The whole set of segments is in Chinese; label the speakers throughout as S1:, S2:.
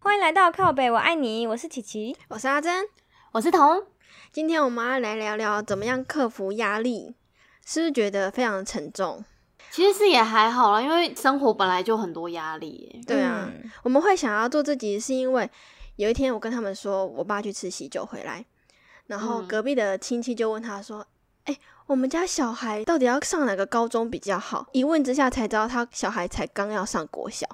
S1: 欢迎来到靠北，我爱你，我是琪琪。
S2: 我是阿珍，
S3: 我是彤，
S2: 今天我们要来聊聊怎么样克服压力，是不是觉得非常沉重？
S3: 其实是也还好啦，因为生活本来就很多压力耶。
S2: 对啊，
S1: 嗯
S2: 我们会想要做这集，是因为有一天我跟他们说，我爸去吃喜酒回来，然后
S3: 嗯
S2: 隔壁的亲戚就问他说：“哎、我们家小孩到底要上哪个高中比较好？”一问之下才知道，他小孩才刚要上国小。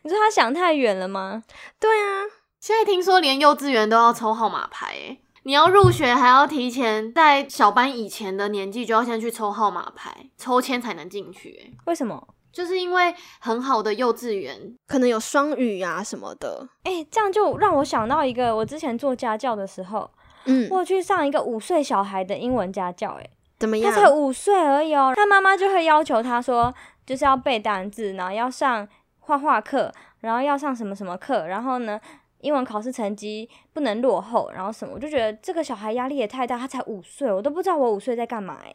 S1: 你说他想太远了吗？
S2: 对啊，
S3: 现在听说连幼稚园都要抽号码牌耶，你要入学还要提前在小班以前的年纪就要先去抽号码牌，抽签才能进去耶。
S1: 为什么？
S3: 就是因为很好的幼稚园，
S2: 可能有双语啊什么的。
S1: 哎、这样就让我想到一个，我之前做家教的时候，
S2: 嗯，
S1: 我去上一个五岁小孩的英文家教、欸，
S2: 怎么
S1: 他
S2: 样？
S1: 才五岁而已哦，他妈妈就会要求他说，就是要背单字，然后要上画画课，然后要上什么什么课，然后呢，英文考试成绩不能落后，然后什么，我就觉得这个小孩压力也太大，他才五岁，我都不知道我五岁在干嘛哎。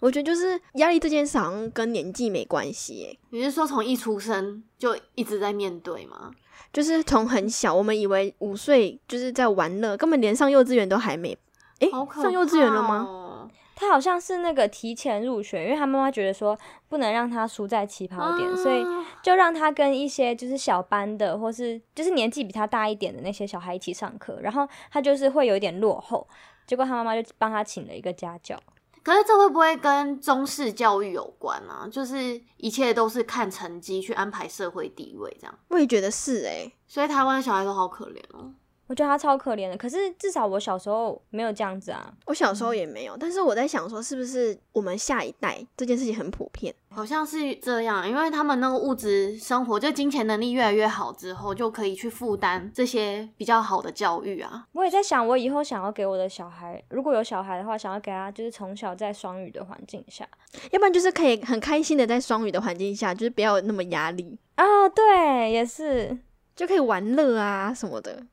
S2: 我觉得就是压力这件事好像跟年纪没关系耶、
S3: 你是说从一出生就一直在面对吗？
S2: 就是从很小，我们以为五岁就是在玩乐，根本连上幼稚园都还没。诶，
S3: 好可怕、哦！
S2: 上幼稚园了吗？
S3: 吗？
S1: 他好像是那个提前入学，因为他妈妈觉得说不能让他输在起
S3: 哦
S1: 跑点，所
S3: 啊
S1: 以就让他跟一些就是小班的，或是就是年纪比他大一点的那些小孩一起上课，然后他就是会有一点落后。结果他妈妈就帮他请了一个家教，
S3: 可是这会不会跟中式教育有关啊？就是一切都是看成绩去安排社会地位这样，
S2: 我也觉得是诶，
S3: 所以台湾的小孩都好可怜哦。
S1: 我觉得他超可怜的。可是至少我小时候没有这样子啊，
S2: 我小时候也没有，但是我在想说，是不是我们下一代这件事情很普遍？
S3: 好像是这样，因为他们那个物质生活，就金钱能力越来越好之后，就可以去负担这些比较好的教育啊。
S1: 我也在想，我以后想要给我的小孩，如果有小孩的话，想要给他就是从小在双语的环境下。
S2: 要不然就是可以很开心的在双语的环境下，就是不要有那么压力，
S1: 哦，对，也是，
S2: 就可以玩乐啊什么的。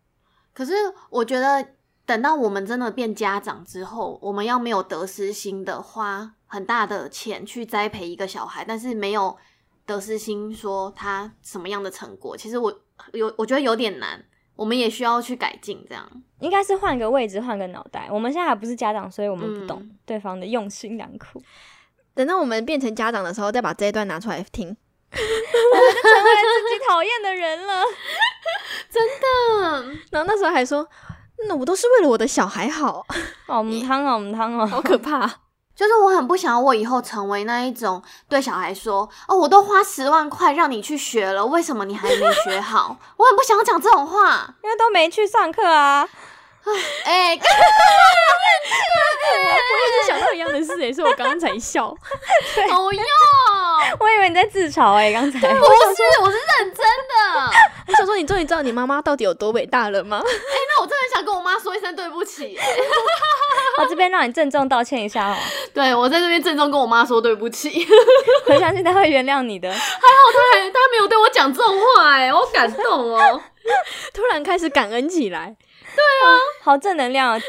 S3: 可是我觉得，等到我们真的变家长之后，我们要没有得失心的花很大的钱去栽培一个小孩，但是没有得失心说他什么样的成果，其实我有我觉得有点难，我们也需要去改进。这样，
S1: 应该是换个位置，换个脑袋。我们现在还不是家长，所以我们不懂
S3: 嗯
S1: 对方的用心良 苦，
S2: 等到我们变成家长的时候，再把这一段拿出来听。
S1: 成为自己讨厌的人了。
S3: 嗯，
S2: 然后那时候还说，那我都是为了我的小孩好，
S1: 哦，我们汤哦，我们汤哦。
S2: 好可怕。
S3: 就是我很不想要我以后成为那一种对小孩说：“哦，我都花十万块让你去学了，为什么你还没学好？” 我很不想要讲这种话。
S1: 因为都没去上课啊，
S3: 哎、
S2: 我一直想到一样的事、欸，所以我刚刚才笑。
S3: 哦哟，
S1: 我以为你在自嘲哎、刚才
S3: 不是，我是认真的。
S2: 我想说，你终于知道你妈妈到底有多伟大了吗？
S3: 那我真的很想跟我妈说一声对不起、
S1: 我、哦这边让你郑重道歉一下哦，
S3: 对我在这边郑重跟我妈说对不起，
S1: 我相信他会原谅你的。
S3: 哦她还她没有对我讲这种话哎、我好感动哦。
S2: 突然开始感恩起来。
S1: 好正能量哦，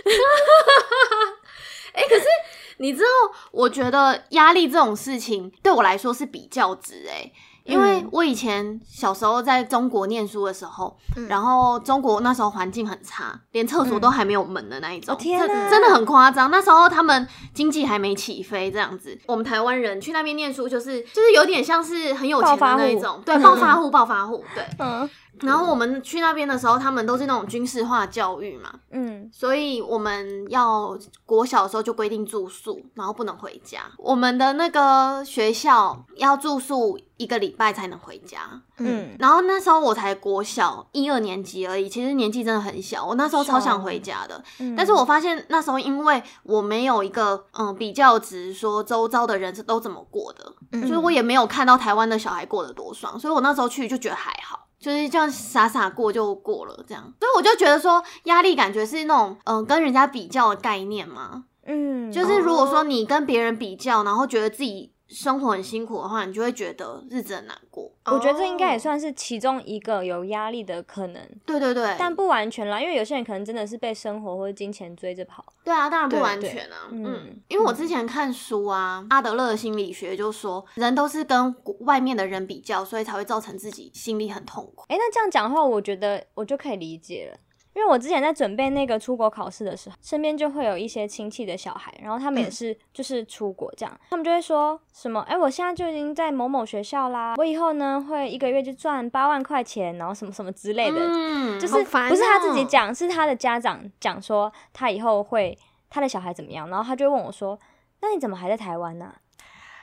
S3: 你知道，我觉得压力这种事情对我来说是比较值哎、因为
S2: 嗯
S3: 我以前小时候在中国念书的时候，
S2: 嗯
S3: 然后中国那时候环境很差，连厕所都还没有门的那一种，
S1: 哦天
S3: 这
S1: 哪
S3: 真的很夸张。那时候他们经济还没起飞，这样子，我们台湾人去那边念书，就是就是有点像是很有钱
S1: 暴发
S3: 的
S1: 户
S3: 那一种，对，暴发户，暴发户，对。
S1: 嗯
S3: 然后我们去那边的时候，他们都是那种军事化教育嘛，
S1: 嗯，
S3: 所以我们要国小的时候就规定住宿，然后不能回家。我们的那个学校要住宿一个礼拜才能回家。
S2: 嗯，
S1: 嗯，
S3: 然后那时候我才国小一二年级而已，其实年纪真的很小。我那时候超想回家的，
S1: 嗯
S3: 但是我发现那时候因为我没有一个嗯比较值，说周遭的人是都怎么过的，
S2: 嗯
S3: 就是我也没有看到台湾的小孩过得多爽，所以我那时候去就觉得还好。就是这样傻傻过就过了，这样，所以我就觉得说压力感觉是那种嗯、呃跟人家比较的概念嘛，
S1: 嗯，
S3: 就是如果说你跟别人比较，然后觉得自己生活很辛苦的话，你就会觉得日子很难过。
S1: 我觉得这应该也
S2: 哦
S1: 算是其中一个有压力的可能，
S3: 对对对，
S1: 但不完全啦，因为有些人可能真的是被生活或者金钱追着跑。
S3: 对啊，当然不
S2: 对
S3: 完
S2: 对
S3: 全啊。
S1: 嗯
S3: 嗯，因为我之前看书啊，阿德勒的心理学就说，人都是跟外面的人比较，所以才会造成自己心里很痛苦。
S1: 诶，那这样讲的话，我觉得我就可以理解了。因为我之前在准备那个出国考试的时候，身边就会有一些亲戚的小孩，然后他们也
S3: 嗯
S1: 是就是出国这样，他们就会说什么，诶，我现在就已经在某某学校啦，我以后呢会一个月就赚八万块钱，然后什么什么之类的，
S3: 嗯，
S1: 就是
S2: 好烦
S1: 不是他自己
S2: 哦
S1: 讲，是他的家长讲说他以后会他的小孩怎么样，然后他就问我说：“那你怎么还在台湾呢、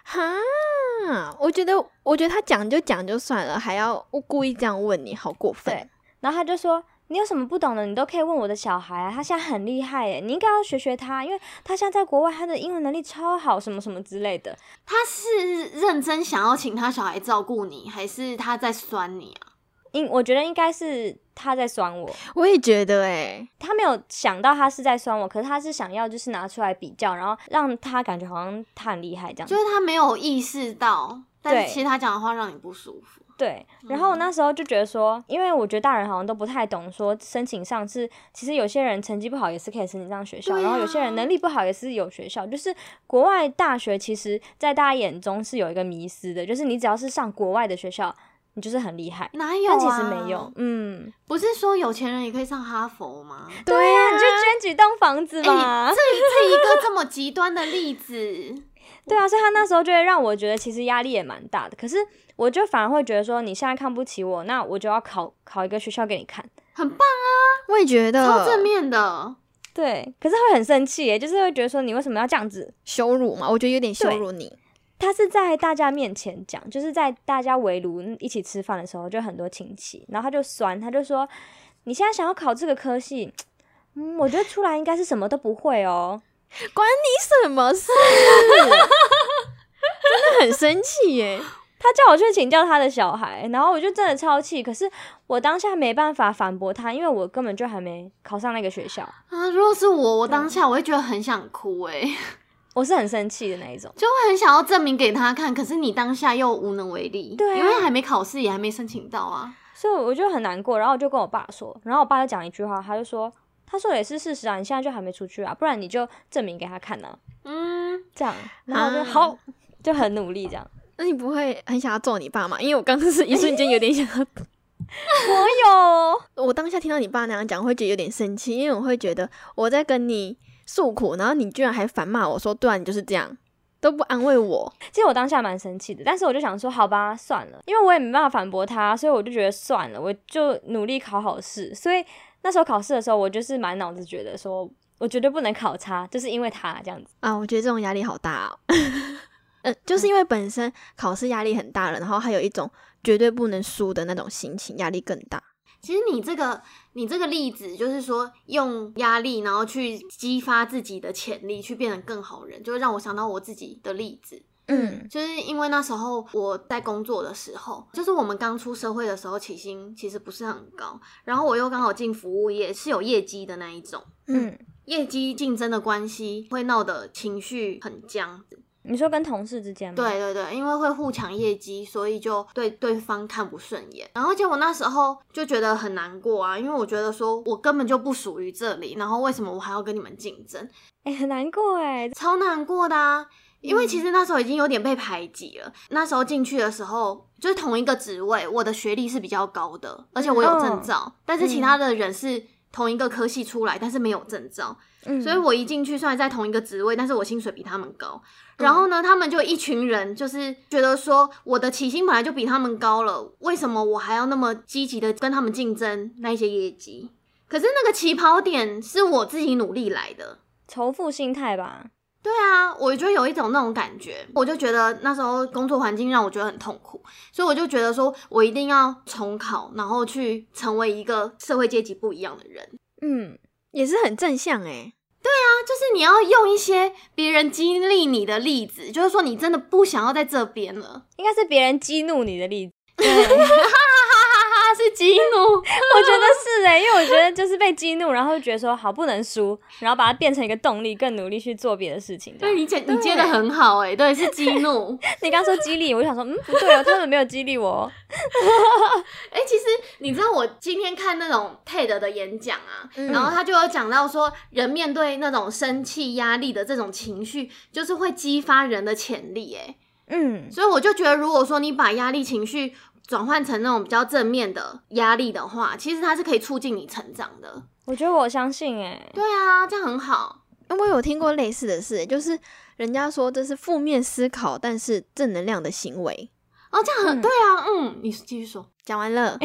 S2: 哈，我觉得，我觉得他讲就讲就算了，还要我故意这样问你，好过分
S1: 对。然后他就说：“你有什么不懂的，你都可以问我的小孩啊，他现在很厉害耶，你应该要学学他，因为他现在在国外，他的英文能力超好，什么什么之类的。
S3: 他是认真想要请他小孩照顾你，还是他在酸你啊？
S1: 应我觉得应该是他在酸我，
S2: 我也觉得、欸，
S1: 他没有想到他是在酸我，可是他是想要就是拿出来比较，然后让他感觉好像他很厉害这样子
S3: 就是他没有意识到，但
S1: 对
S3: 是其实他讲的话让你不舒服。
S1: 对，然
S3: 嗯
S1: 后我那时候就觉得说，因为我觉得大人好像都不太懂，说申请上是其实有些人成绩不好也是可以申请上学校，
S3: 对
S1: 然后有些
S3: 啊
S1: 人能力不好也是有学校。就是国外大学其实，在大家眼中是有一个迷思的，就是你只要是上国外的学校，你就是很厉害。
S3: 哪有、啊？
S1: 但其实没有，，嗯，
S3: 不是说有钱人也可以上哈佛吗？
S2: 对
S1: 啊，你就捐几栋房
S3: 哎
S1: 子嘛，
S3: 这这一个这么极端的例子，
S1: 对啊，所以他那时候就会让我觉得其实压力也蛮大的。可是我就反而会觉得说，你现在看不起我，那我就要考考一个学校给你看。
S3: 很棒，
S2: 我也觉得
S3: 超正面的。
S1: 对，可是会很生气耶，就是会觉得说你为什么要这样子？
S2: 羞辱嘛，我觉得有点羞
S1: 对
S2: 辱你。
S1: 他是在大家面前讲，就是在大家围炉一起吃饭的时候，就很多亲戚，然后他就酸，他就说你现在想要考这个科系，嗯，我觉得出来应该是什么都不会哦。
S2: 管你什么事， 真的很生气耶、
S1: 他叫我去请教他的小孩，然后我就真的超气，可是我当下没办法反驳他，因为我根本就还没考上那个学校，
S3: 啊，如果是我，我当下我会觉得很想哭、欸，
S1: 我是很生气的那一种。
S3: 就会很想要证明给他看，可是你当下又无能为力，
S1: 对啊
S3: 因为还没考试，也还没申请到啊。
S1: 所以我就很难过，然后我就跟我爸说，然后我爸就讲一句话，他就说，他说的也是事实啊，你现在就还没出去啊，不然你就证明给他看啊，
S3: 嗯，
S1: 这样，然后我就、
S2: 啊
S1: 好，就很努力这样。
S2: 那你不会很想要揍你爸吗？因为我刚刚是一瞬间有点想要，
S1: 我有，
S2: 我当下听到你爸那样讲，会觉得有点生气，因为我会觉得我在跟你诉苦，然后你居然还反骂我说，对啊，你就是这样，都不安慰我。
S1: 其实我当下蛮生气的，但是我就想说，好吧，算了，因为我也没办法反驳他，所以我就觉得算了，我就努力考好试。所以那时候考试的时候，我就是满脑子觉得说，我绝对不能考差，就是因为他这样子。
S2: 啊，我觉得这种压力好大哦。 嗯，就是因为本身考试压力很大了，然后还有一种绝对不能输的那种心情，压力更大。
S3: 其实你这个你这个例子，就是说用压力，然后去激发自己的潜力，去变成更好人，就会让我想到我自己的例子。
S2: 嗯，
S3: 就是因为那时候我在工作的时候，就是我们刚出社会的时候，起薪其实不是很高，然后我又刚好进服务业，是有业绩的那一种，
S1: 嗯，
S3: 业绩竞争的关系会闹得情绪很僵。
S1: 你说跟同事之间吗？
S3: 对对对，因为会互抢业绩，所以就对对方看不顺眼。然后结果那时候就觉得很难过啊，因为我觉得说我根本就不属于这里，然后为什么我还要跟你们竞争？
S1: 哎、很难过哎，
S3: 超难过的啊！因为其实那时候已经有点被排挤了。那时候进去的时候，就是同一个职位，我的学历是比较高的，而且我有证照，但是其他的人是同一个科系出来，但是没有证照，
S1: 嗯，
S3: 所以我一进去虽然在同一个职位，但是我薪水比他们高。然后呢，他们就一群人就是觉得说，我的起薪本来就比他们高了，为什么我还要那么积极的跟他们竞争那一些业绩？可是那个起跑点是我自己努力来的，
S1: 仇富心态吧。
S3: 对啊，我就有一种那种感觉，我就觉得那时候工作环境让我觉得很痛苦，所以我就觉得说我一定要重考，然后去成为一个社会阶级不一样的人。啊，
S1: 嗯，
S2: 也是很正向哎诶、
S3: 就是你要用一些别人激励你的例子，就是说你真的不想要在这边了，
S1: 应该是别人激怒你的例子。
S3: 哈哈哈，是是激怒，
S1: 我觉得是哎、因为我觉得就是被激怒，然后就觉得说好不能输，然后把它变成一个动力，更努力去做别的事情。这
S3: 对
S1: 样
S3: 你接你接的很好哎、对，是激 怒。
S1: 你刚说激励，我就想说，嗯，不对哦，他们没有激励我哦。
S3: 哎、其实你知道我今天看那种 TED 的演讲啊，
S2: 嗯
S3: 然后他就有讲到说，人面对那种生气、压力的这种情绪，就是会激发人的潜力、哎，
S1: 嗯，
S3: 所以我就觉得，如果说你把压力情绪转换成那种比较正面的压力的话，其实它是可以促进你成长的。
S1: 我觉得我相信哎、
S3: 对啊，这样很好。
S2: 我有听过类似的事，就是人家说这是负面思考，但是正能量的行为。
S3: 哦，这样很、
S1: 嗯
S3: 对啊，嗯，你继 续说，
S2: 讲完了，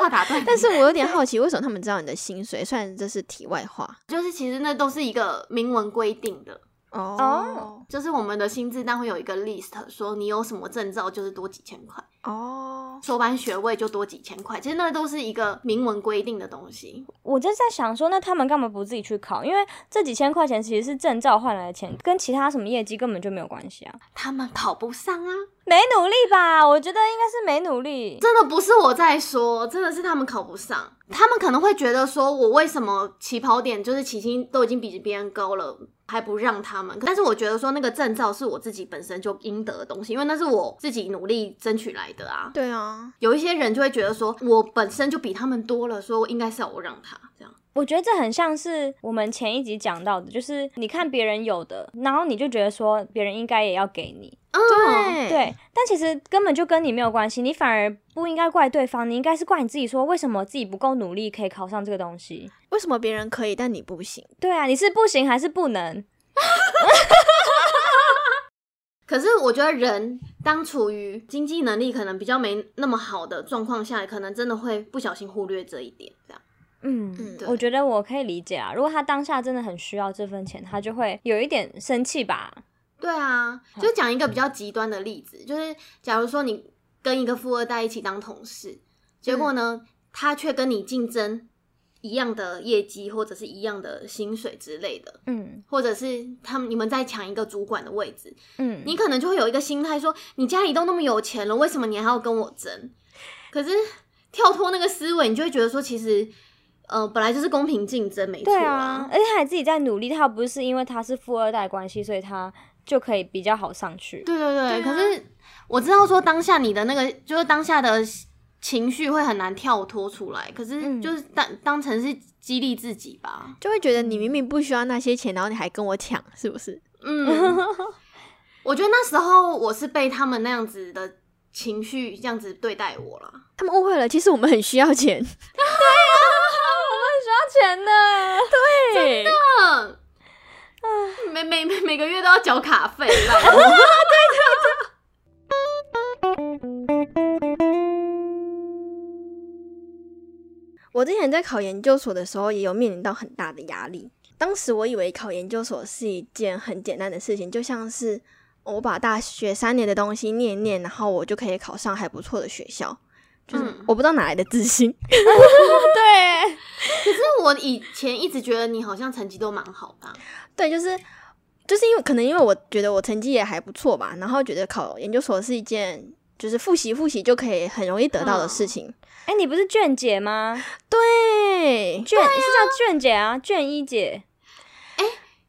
S3: 话打断你。
S2: 但是我有 点好奇，为什么他们知道你的薪水？虽然这是题外话
S3: 就是其实那都是一个明文规定的，
S2: 哦
S1: 哦
S3: 就是我们的薪资单会有一个 list，说你有什么证照就是多几千块，
S2: 哦，
S3: 收班学位就多几千块，其实那都是一个明文规定的东西。
S1: 我就在想说，那他们干嘛不自己去考？因为这几千块钱其实是证照换来的钱，跟其他什么业绩根本就没有关系啊。
S3: 他们考不上啊，
S1: 没努力吧？我觉得应该是没努力。
S3: 真的不是我在说，真的是他们考不上，他们可能会觉得说我为什么起跑点就是起薪都已经比别人高了。还不让他们，但是我觉得说那个证照是我自己本身就应得的东西，因为那是我自己努力争取来的啊。
S2: 对啊，
S3: 有一些人就会觉得说，我本身就比他们多了，所以我应该是要我让他这样。
S1: 我觉得这很像是我们前一集讲到的，就是你看别人有的，然后你就觉得说别人应该也要给你，
S3: 嗯，
S2: 对
S1: 对，但其实根本就跟你没有关系，你反而不应该怪对方，你应该是怪你自己，说为什么自己不够努力可以考上这个东西？
S2: 为什么别人可以，但你不行？
S1: 对啊，你是不行还是不能？
S3: 可是我觉得人当处于经济能力可能比较没那么好的状况下，可能真的会不小心忽略这一点。这样，
S1: 嗯
S2: 嗯
S1: 我觉得我可以理解啊。如果他当下真的很需要这份钱，他就会有一点生气吧。
S3: 对啊，
S1: 哦
S3: 就讲一个比较极端的例子，就是假如说你跟一个富二代一起当同事，结
S1: 嗯
S3: 果呢，他却跟你竞争一样的业绩或者是一样的薪水之类的，
S1: 嗯
S3: 或者是他们你们在抢一个主管的位置，
S1: 嗯，
S3: 你可能就会有一个心态说，你家里都那么有钱了，为什么你还要跟我争？可是跳脱那个思维，你就会觉得说，其实，呃，本来就是公平竞争，没错
S1: 对啊，。而且他还自己在努力，他不是因为他是富二代关系，所以他就可以比较好上去。
S3: 对对
S2: 对
S3: 对，
S2: 啊
S3: 可是我知道说当下你的那个，就是当下的情绪会很难跳脱出来，可是
S1: 嗯
S3: 就是当、当成是激励自己吧。
S2: 就会觉得你明明不需要那些钱，然后你还跟我抢，是不是？
S3: 嗯， 我觉得那时候我是被他们那样子的情绪这样子对待我了。
S2: 他们误会了，其实我们很需要钱。
S1: 需要钱的，
S2: 对，
S3: 嗯，每每每每个月都要缴卡费，拜 托
S2: 我之前在考研究所的时候，也有面临到很大的压力。当时我以为考研究所是一件很简单的事情，就像是我把大学三年的东西念一念，然后我就可以考上还不错的学校。就是
S3: 嗯
S2: 我不知道哪来的自信，
S1: 对，
S3: 可是我以前一直觉得你好像成绩都蛮好的啊，
S2: 对，就是就是因为可能因为我觉得我成绩也还不错吧，然后觉得考研究所是一件就是复习复习就可以很容易得到的事情。
S1: 哎、你不是卷姐吗？
S2: 对，
S1: 卷、是叫卷姐啊，卷一姐。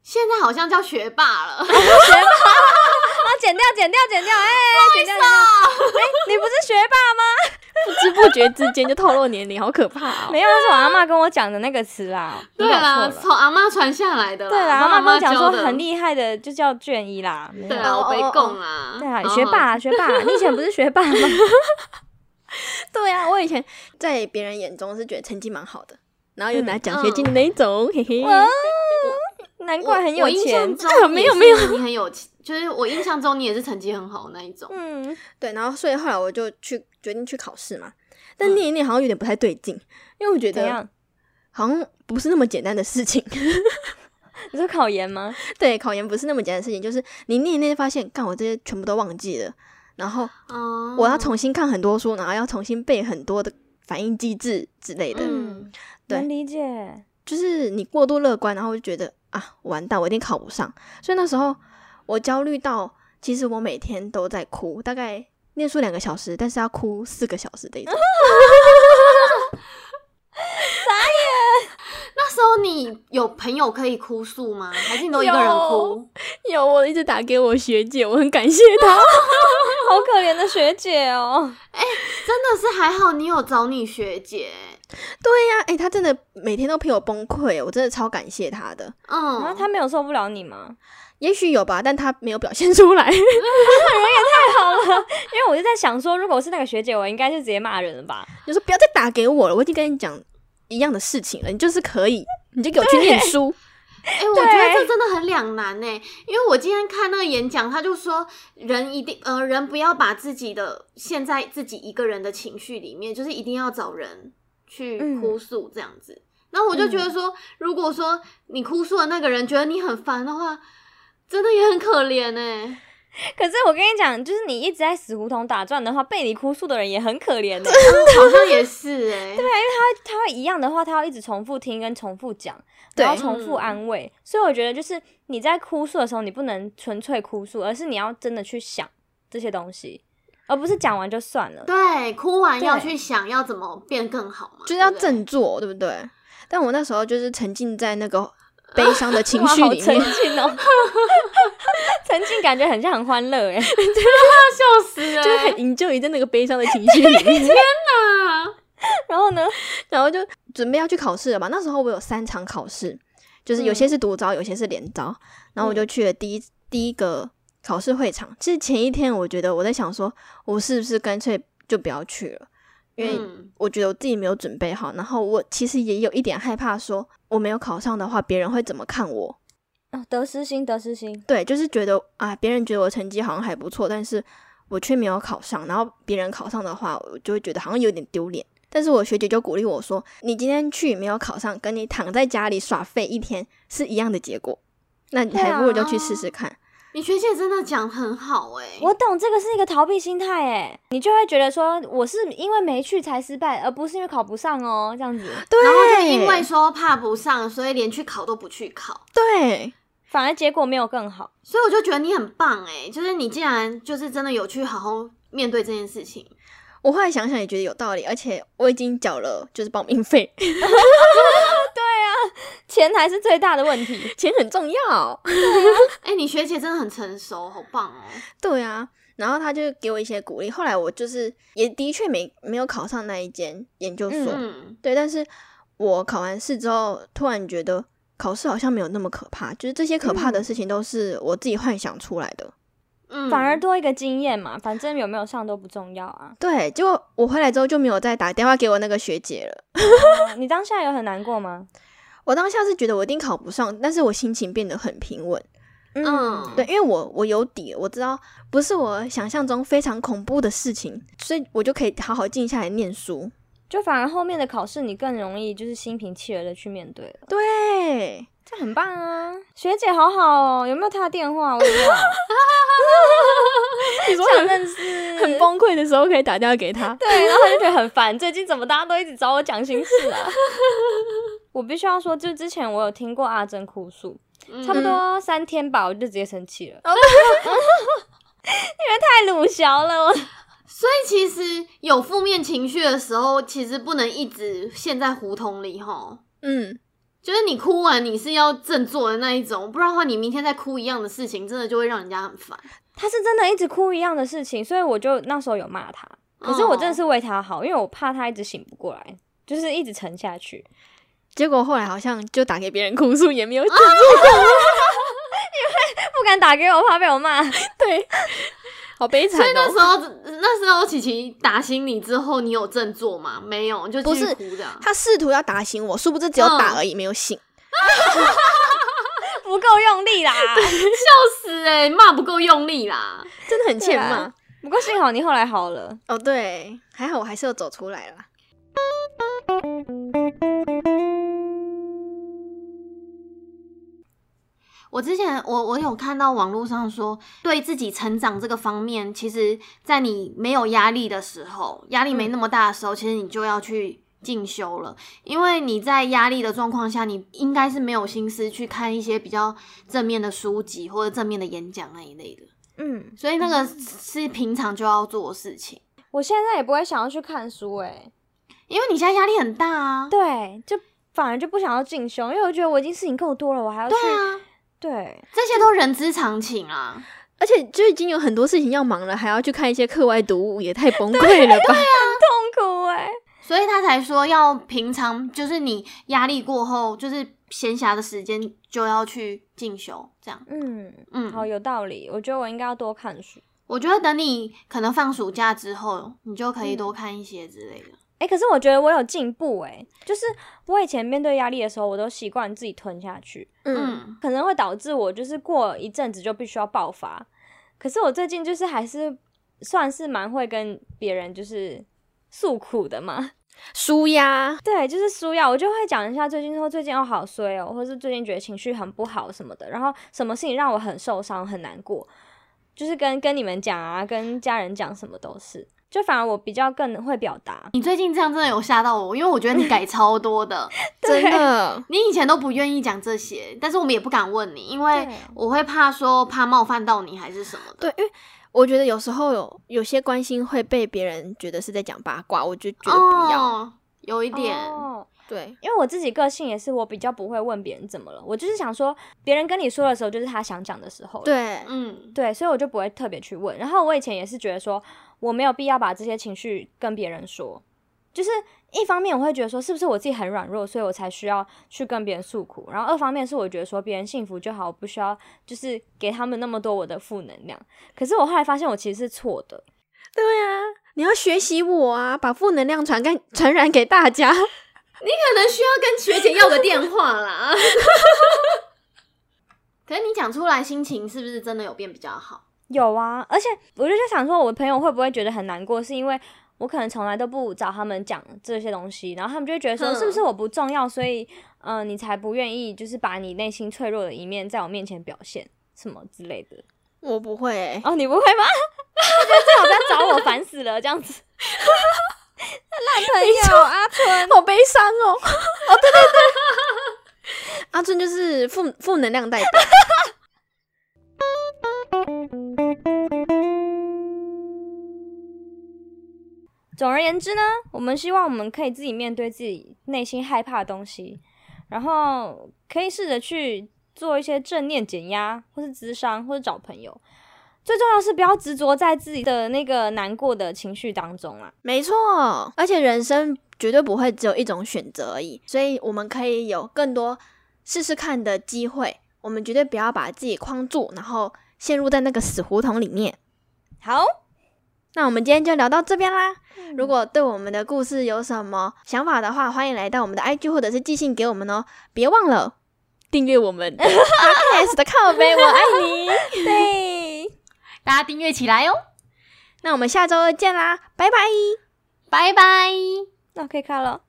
S3: 现在好像叫学霸了。
S1: 啊，剪掉，剪掉，剪掉，哎、剪掉，剪掉。哎、你不是学 霸吗？
S2: 不知不觉之间就透露年龄，好可怕哦！
S1: 没有，那是我阿妈跟我讲的那个词啦。
S3: 对啦，
S1: 啦，
S3: 从阿妈传下来的啦。
S1: 对啦，
S3: 妈
S1: 阿啊妈跟我讲
S3: 教
S1: 说
S3: 的。
S1: 很厉害的就叫卷一啦。没有
S3: 对啦，
S2: 哦
S3: 我被
S2: 哦哦
S3: 供啦。
S1: 对啊，
S3: 然后
S1: 学霸、啊，学霸啊、你以前不是学霸 吗？
S2: 对啊，我以前在别人眼中是觉得成绩蛮好的，然后有拿奖学金
S3: 嗯
S2: 的那一种，嘿嘿。
S1: 哇难怪很有
S3: 我印象
S1: 钱。
S3: 中
S2: 哎 呦
S3: 你
S2: 没有
S3: 是
S2: 没有
S3: 你很有钱，就是我印象中你也是成绩很好的那一种。
S1: 嗯，
S2: 对，然后所以后来我就去决定去考试嘛，但念一念好像有点不太对劲，因为我觉
S1: 怎样
S2: 得？好像不是那么简单的事情。
S1: 你说考研吗？
S2: 对，考研不是那么简单的事情，就是你念一念发现，干我这些全部都忘记了，然后
S3: 哦
S2: 嗯我要重新看很多书，然后要重新背很多的反应机制之类的，
S3: 嗯，
S2: 对
S1: 能理解。
S2: 就是你过度乐观，然后就觉得啊完蛋，我一定考不上，所以那时候我焦虑到，其实我每天都在哭，大概念书两个小时，但是要哭四个小时的一种。
S3: 那时候你有朋友可以哭诉吗？还是你都一个人哭？
S2: 有，我一直打给我学姐，我很感谢她。
S1: 好可怜的学姐哦。
S3: 真的是还好你有找你学姐，
S2: 对呀、诶哎、她真的每天都陪我崩溃，我真的超感谢她的。
S1: 然
S3: 嗯，
S1: 后他没有受不了你吗？
S2: 也许有吧，但她没有表现出来。
S1: 好了，因为我就在想说，如果我是那个学姐，我应该就直接骂人了吧？
S2: 就说不要再打给我了，我已经跟你讲一样的事情了，你就是可以，你就给我去念书。
S3: 哎、我觉得这真的很两难呢、因为我今天看那个演讲，他就说人一定呃人不要把自己的陷在自己一个人的情绪里面，就是一定要找人去
S1: 嗯
S3: 哭诉这样子。然后我就觉
S2: 嗯
S3: 得说，如果说你哭诉的那个人觉得你很烦的话，真的也很可怜呢、
S1: 可是我跟你讲，就是你一直在死胡同打转的话，被你哭诉的人也很可怜的、
S3: 好像也 是哎、对，
S1: 他会一样的话，他要一直重复听跟重复讲，
S2: 对
S1: 然后重复安慰。所以我觉得，就是你在哭诉的时候，你不能纯粹哭诉，而是你要真的去想这些东西，而不是讲完就算了。
S3: 对，哭完要
S1: 对
S3: 去想要怎么变更好嘛，
S2: 就是要
S3: 对不对
S2: 振作，对不对？但我那时候就是沉浸在 那个悲伤的情
S1: 哇
S2: 绪
S1: 好
S2: 里面
S1: 沉，浸哦， 沉浸感觉很像很欢乐哎。
S3: 笑死哎、
S2: 就是很营救于在那个悲伤的情绪里 面。
S3: 啊
S1: 然后呢，
S2: 然后就准备要去考试了嘛。那时候我有三场考试，就是有些是独招，有些是连招。然后我就去了第一第一个考试会场。其实前一天我觉得我在想说，我是不是干脆就不要去了，因为
S3: 嗯
S2: 我觉得我自己没有准备好。然后我其实也有一点害怕说我没有考上的话，别人会怎么看我？
S1: 哦，得失心，得失心，
S2: 对，就是觉得啊，别人觉得我成绩好像还不错，但是我却没有考上。然后别人考上的话，我就会觉得好像有点丢脸。但是我学姐就鼓励我说：“你今天去没有考上，跟你躺在家里耍废一天是一样的结果。那你
S1: 对
S2: 还不如
S1: 啊
S2: 就去试试看。
S3: 你学姐真的讲很好哎、
S1: 我懂这个是一个逃避心态哎，你就会觉得说我是因为没去才失败，而不是因为考不上哦，这样子
S2: 对，啊
S3: 然后就因为说怕不上，所以连去考都不去考。
S2: 对
S1: 反而结果没有更好。
S3: 所以我就觉得你很棒哎、就是你竟然就是真的有去好好面对这件事情，
S2: 我后来想想也觉得有道理，而且我已经缴了就是报名费，
S1: 钱才是最大的问题。
S2: 钱很重要。
S3: 哎、你学姐真的很成熟，好棒哦、
S2: 对啊，然后他就给我一些鼓励。后来我就是也的确没没有考上那一间研究所，
S1: 嗯
S3: 嗯，
S2: 对，但是我考完试之后，突然觉得考试好像没有那么可怕，就是这些可怕
S1: 嗯
S2: 的事情都是我自己幻想出来的。
S3: 嗯
S1: 反而多一个经验嘛，反正有没有上都不重要啊。
S2: 对，结果我回来之后就没有再打电话给我那个学姐了。
S1: 啊你当下有很难过吗？
S2: 我当下是觉得我一定考不上，但是我心情变得很平稳。
S3: 嗯，
S2: 对，因为我我有底了，我知道不是我想象中非常恐怖的事情，所以我就可以好好静下来念书。
S1: 就反而后面的考试你更容易就是心平气和的去面对了，
S2: 对，
S1: 这很棒啊！学姐好好哦，有没有她 的电话？我也要
S2: 你说
S1: 想认识，
S2: 很崩溃的时候可以打电话给他。
S1: 对，然后他就觉得很烦，最近怎么大家都一直找我讲心事啊？我必须要说，就之前我有听过阿珍哭诉，
S3: 嗯
S1: 差不多三天吧，我就直接生气了，因 为太鲁小了，我
S3: 所以其实有负面情绪的时候，其实不能一直陷在胡同里吼。
S2: 嗯，
S3: 就是你哭完，你是要振作的那一种，不然的话，你明天再哭一样的事情，真的就会让人家很烦。
S1: 他是真的一直哭一样的事情，所以我就那时候有骂他，可是我真的是为他好，因为我怕他一直醒不过来，就是一直沉下去，
S2: 结果后来好像就打给别人哭诉，也没有
S3: 啊
S1: 不敢打给我，怕被我骂。
S2: 对，好悲惨
S3: 所以那
S2: 哦。
S3: 时候，那时候琪琪打醒你之后，你有振作吗？没有，你就继续
S2: 不
S3: 哭的啊。
S2: 他试图要打醒我，殊不知只有打而已，没有醒。
S1: 不够用力啦，
S3: 笑死哎、骂 不够用力啦。
S2: 真的很欠
S1: 对
S2: 骂
S1: 啊。不过幸好你后来好了。
S2: 哦，对，还好我还是有走出来了。
S3: 我之前我我有看到网络上说，对自己成长这个方面，其实在你没有压力的时候，压力没那么大的时候，其实你就要去进修了，因为你在压力的状况下，你应该是没有心思去看一些比较正面的书籍或者正面的演讲那一类的。
S1: 嗯，
S3: 所以那个是平常就要做的事情，
S1: 我现在也不会想要去看书、欸，哎，
S3: 因为你现在压力很大啊。
S1: 对，就反而就不想要进修，因为我觉得我已经事情够多了，我还要去
S3: 对啊，
S1: 对
S3: 这些都人之常情啊。
S2: 而且就已经有很多事情要忙了，还要去看一些课外读物，也太崩溃了 吧？
S1: 痛苦哎、
S3: 所以他才说要平常，就是你压力过后，就是闲暇的时间就要去进修，这样。
S1: 嗯，
S3: 嗯，
S1: 好有道理，我觉得我应该要多看书。
S3: 我觉得等你可能放暑假之后，你就可以
S1: 嗯
S3: 多看一些之类的。
S1: 哎、可是我觉得我有进步哎、就是我以前面对压力的时候，我都习惯自己吞下去，
S2: 嗯，
S3: 嗯，
S1: 可能会导致我就是过一阵子就必须要爆发。可是我最近就是还是算是蛮会跟别人就是诉苦的嘛，
S2: 舒压，
S1: 对，就是舒压，我就会讲一下最近说最近我好衰哦，或是最近觉得情绪很不好什么的，然后什么事情让我很受伤很难过，就是跟跟你们讲啊，跟家人讲什么都是，就反而我比较更会表达，
S3: 你最近这样真的有吓到我，因为我觉得你改超 多的，
S2: 真的，
S3: 你以前都不愿意讲这些，但是我们也不敢问你，因为
S1: 对
S3: 我会怕说怕冒犯到你还是什么的。
S2: 对，因为我觉得有时候有有些关心会被别人觉得是在讲八卦，我就觉得不要。
S3: 哦，有一点，
S1: 哦
S2: 对，
S1: 因为我自己个性也是，我比较不会问别人怎么了，我就是想说别人跟你说的时候，就是他想讲的时候了，
S2: 对，
S3: 嗯，
S1: 对，所以我就不会特别去问。然后我以前也是觉得说，我没有必要把这些情绪跟别人说，就是一方面我会觉得说，是不是我自己很软弱，所以我才需要去跟别人诉苦。然后二方面是我觉得说，别人幸福就好，我不需要就是给他们那么多我的负能量。可是我后来发现我其实是错的，
S2: 对啊，你要学习我啊，把负能量传给传染给大家。
S3: 可能需要跟学姐要个电话啦。 可是你讲出来，心情是不是真的有变比较好？
S1: 有啊，而且我就在想说，我朋友会不会觉得很难过，是因为我可能从来都不找他们讲这些东西，然后他们就会觉得说，
S3: 嗯
S1: 是不是我不重要，所以嗯、呃你才不愿意就是把你内心脆弱的一面在我面前表现什么之类的。
S2: 我不会、欸，
S1: 哦，你不会吗？ 我觉得最好不要找我，烦死了，这样子。烂朋友阿春，
S2: 好悲伤哦。 哦，对对对， 阿春就是负负能量代表。
S1: 总而言之呢，我们希望我们可以自己面对自己内心害怕的东西，然后可以试着去做一些正念减压，或是咨商，或者找朋友。最重要是不要执着在自己的那个难过的情绪当中啊啦。
S2: 没错，而且人生绝对不会只有一种选择而已，所以我们可以有更多试试看的机会。我们绝对不要把自己框住，然后陷入在那个死胡同里面。
S1: 好，
S2: 那我们今天就聊到这边啦。如果对我们的故事有什么想法的话，欢迎来到我们的 IG 或者是寄信给我们哦。别忘了订阅我们 Podcast 的靠背，我爱你。
S1: 对，
S3: 大家订阅起来哦，
S2: 那我们下周二见啦，拜拜。
S3: 拜拜。
S1: 那我可以看了。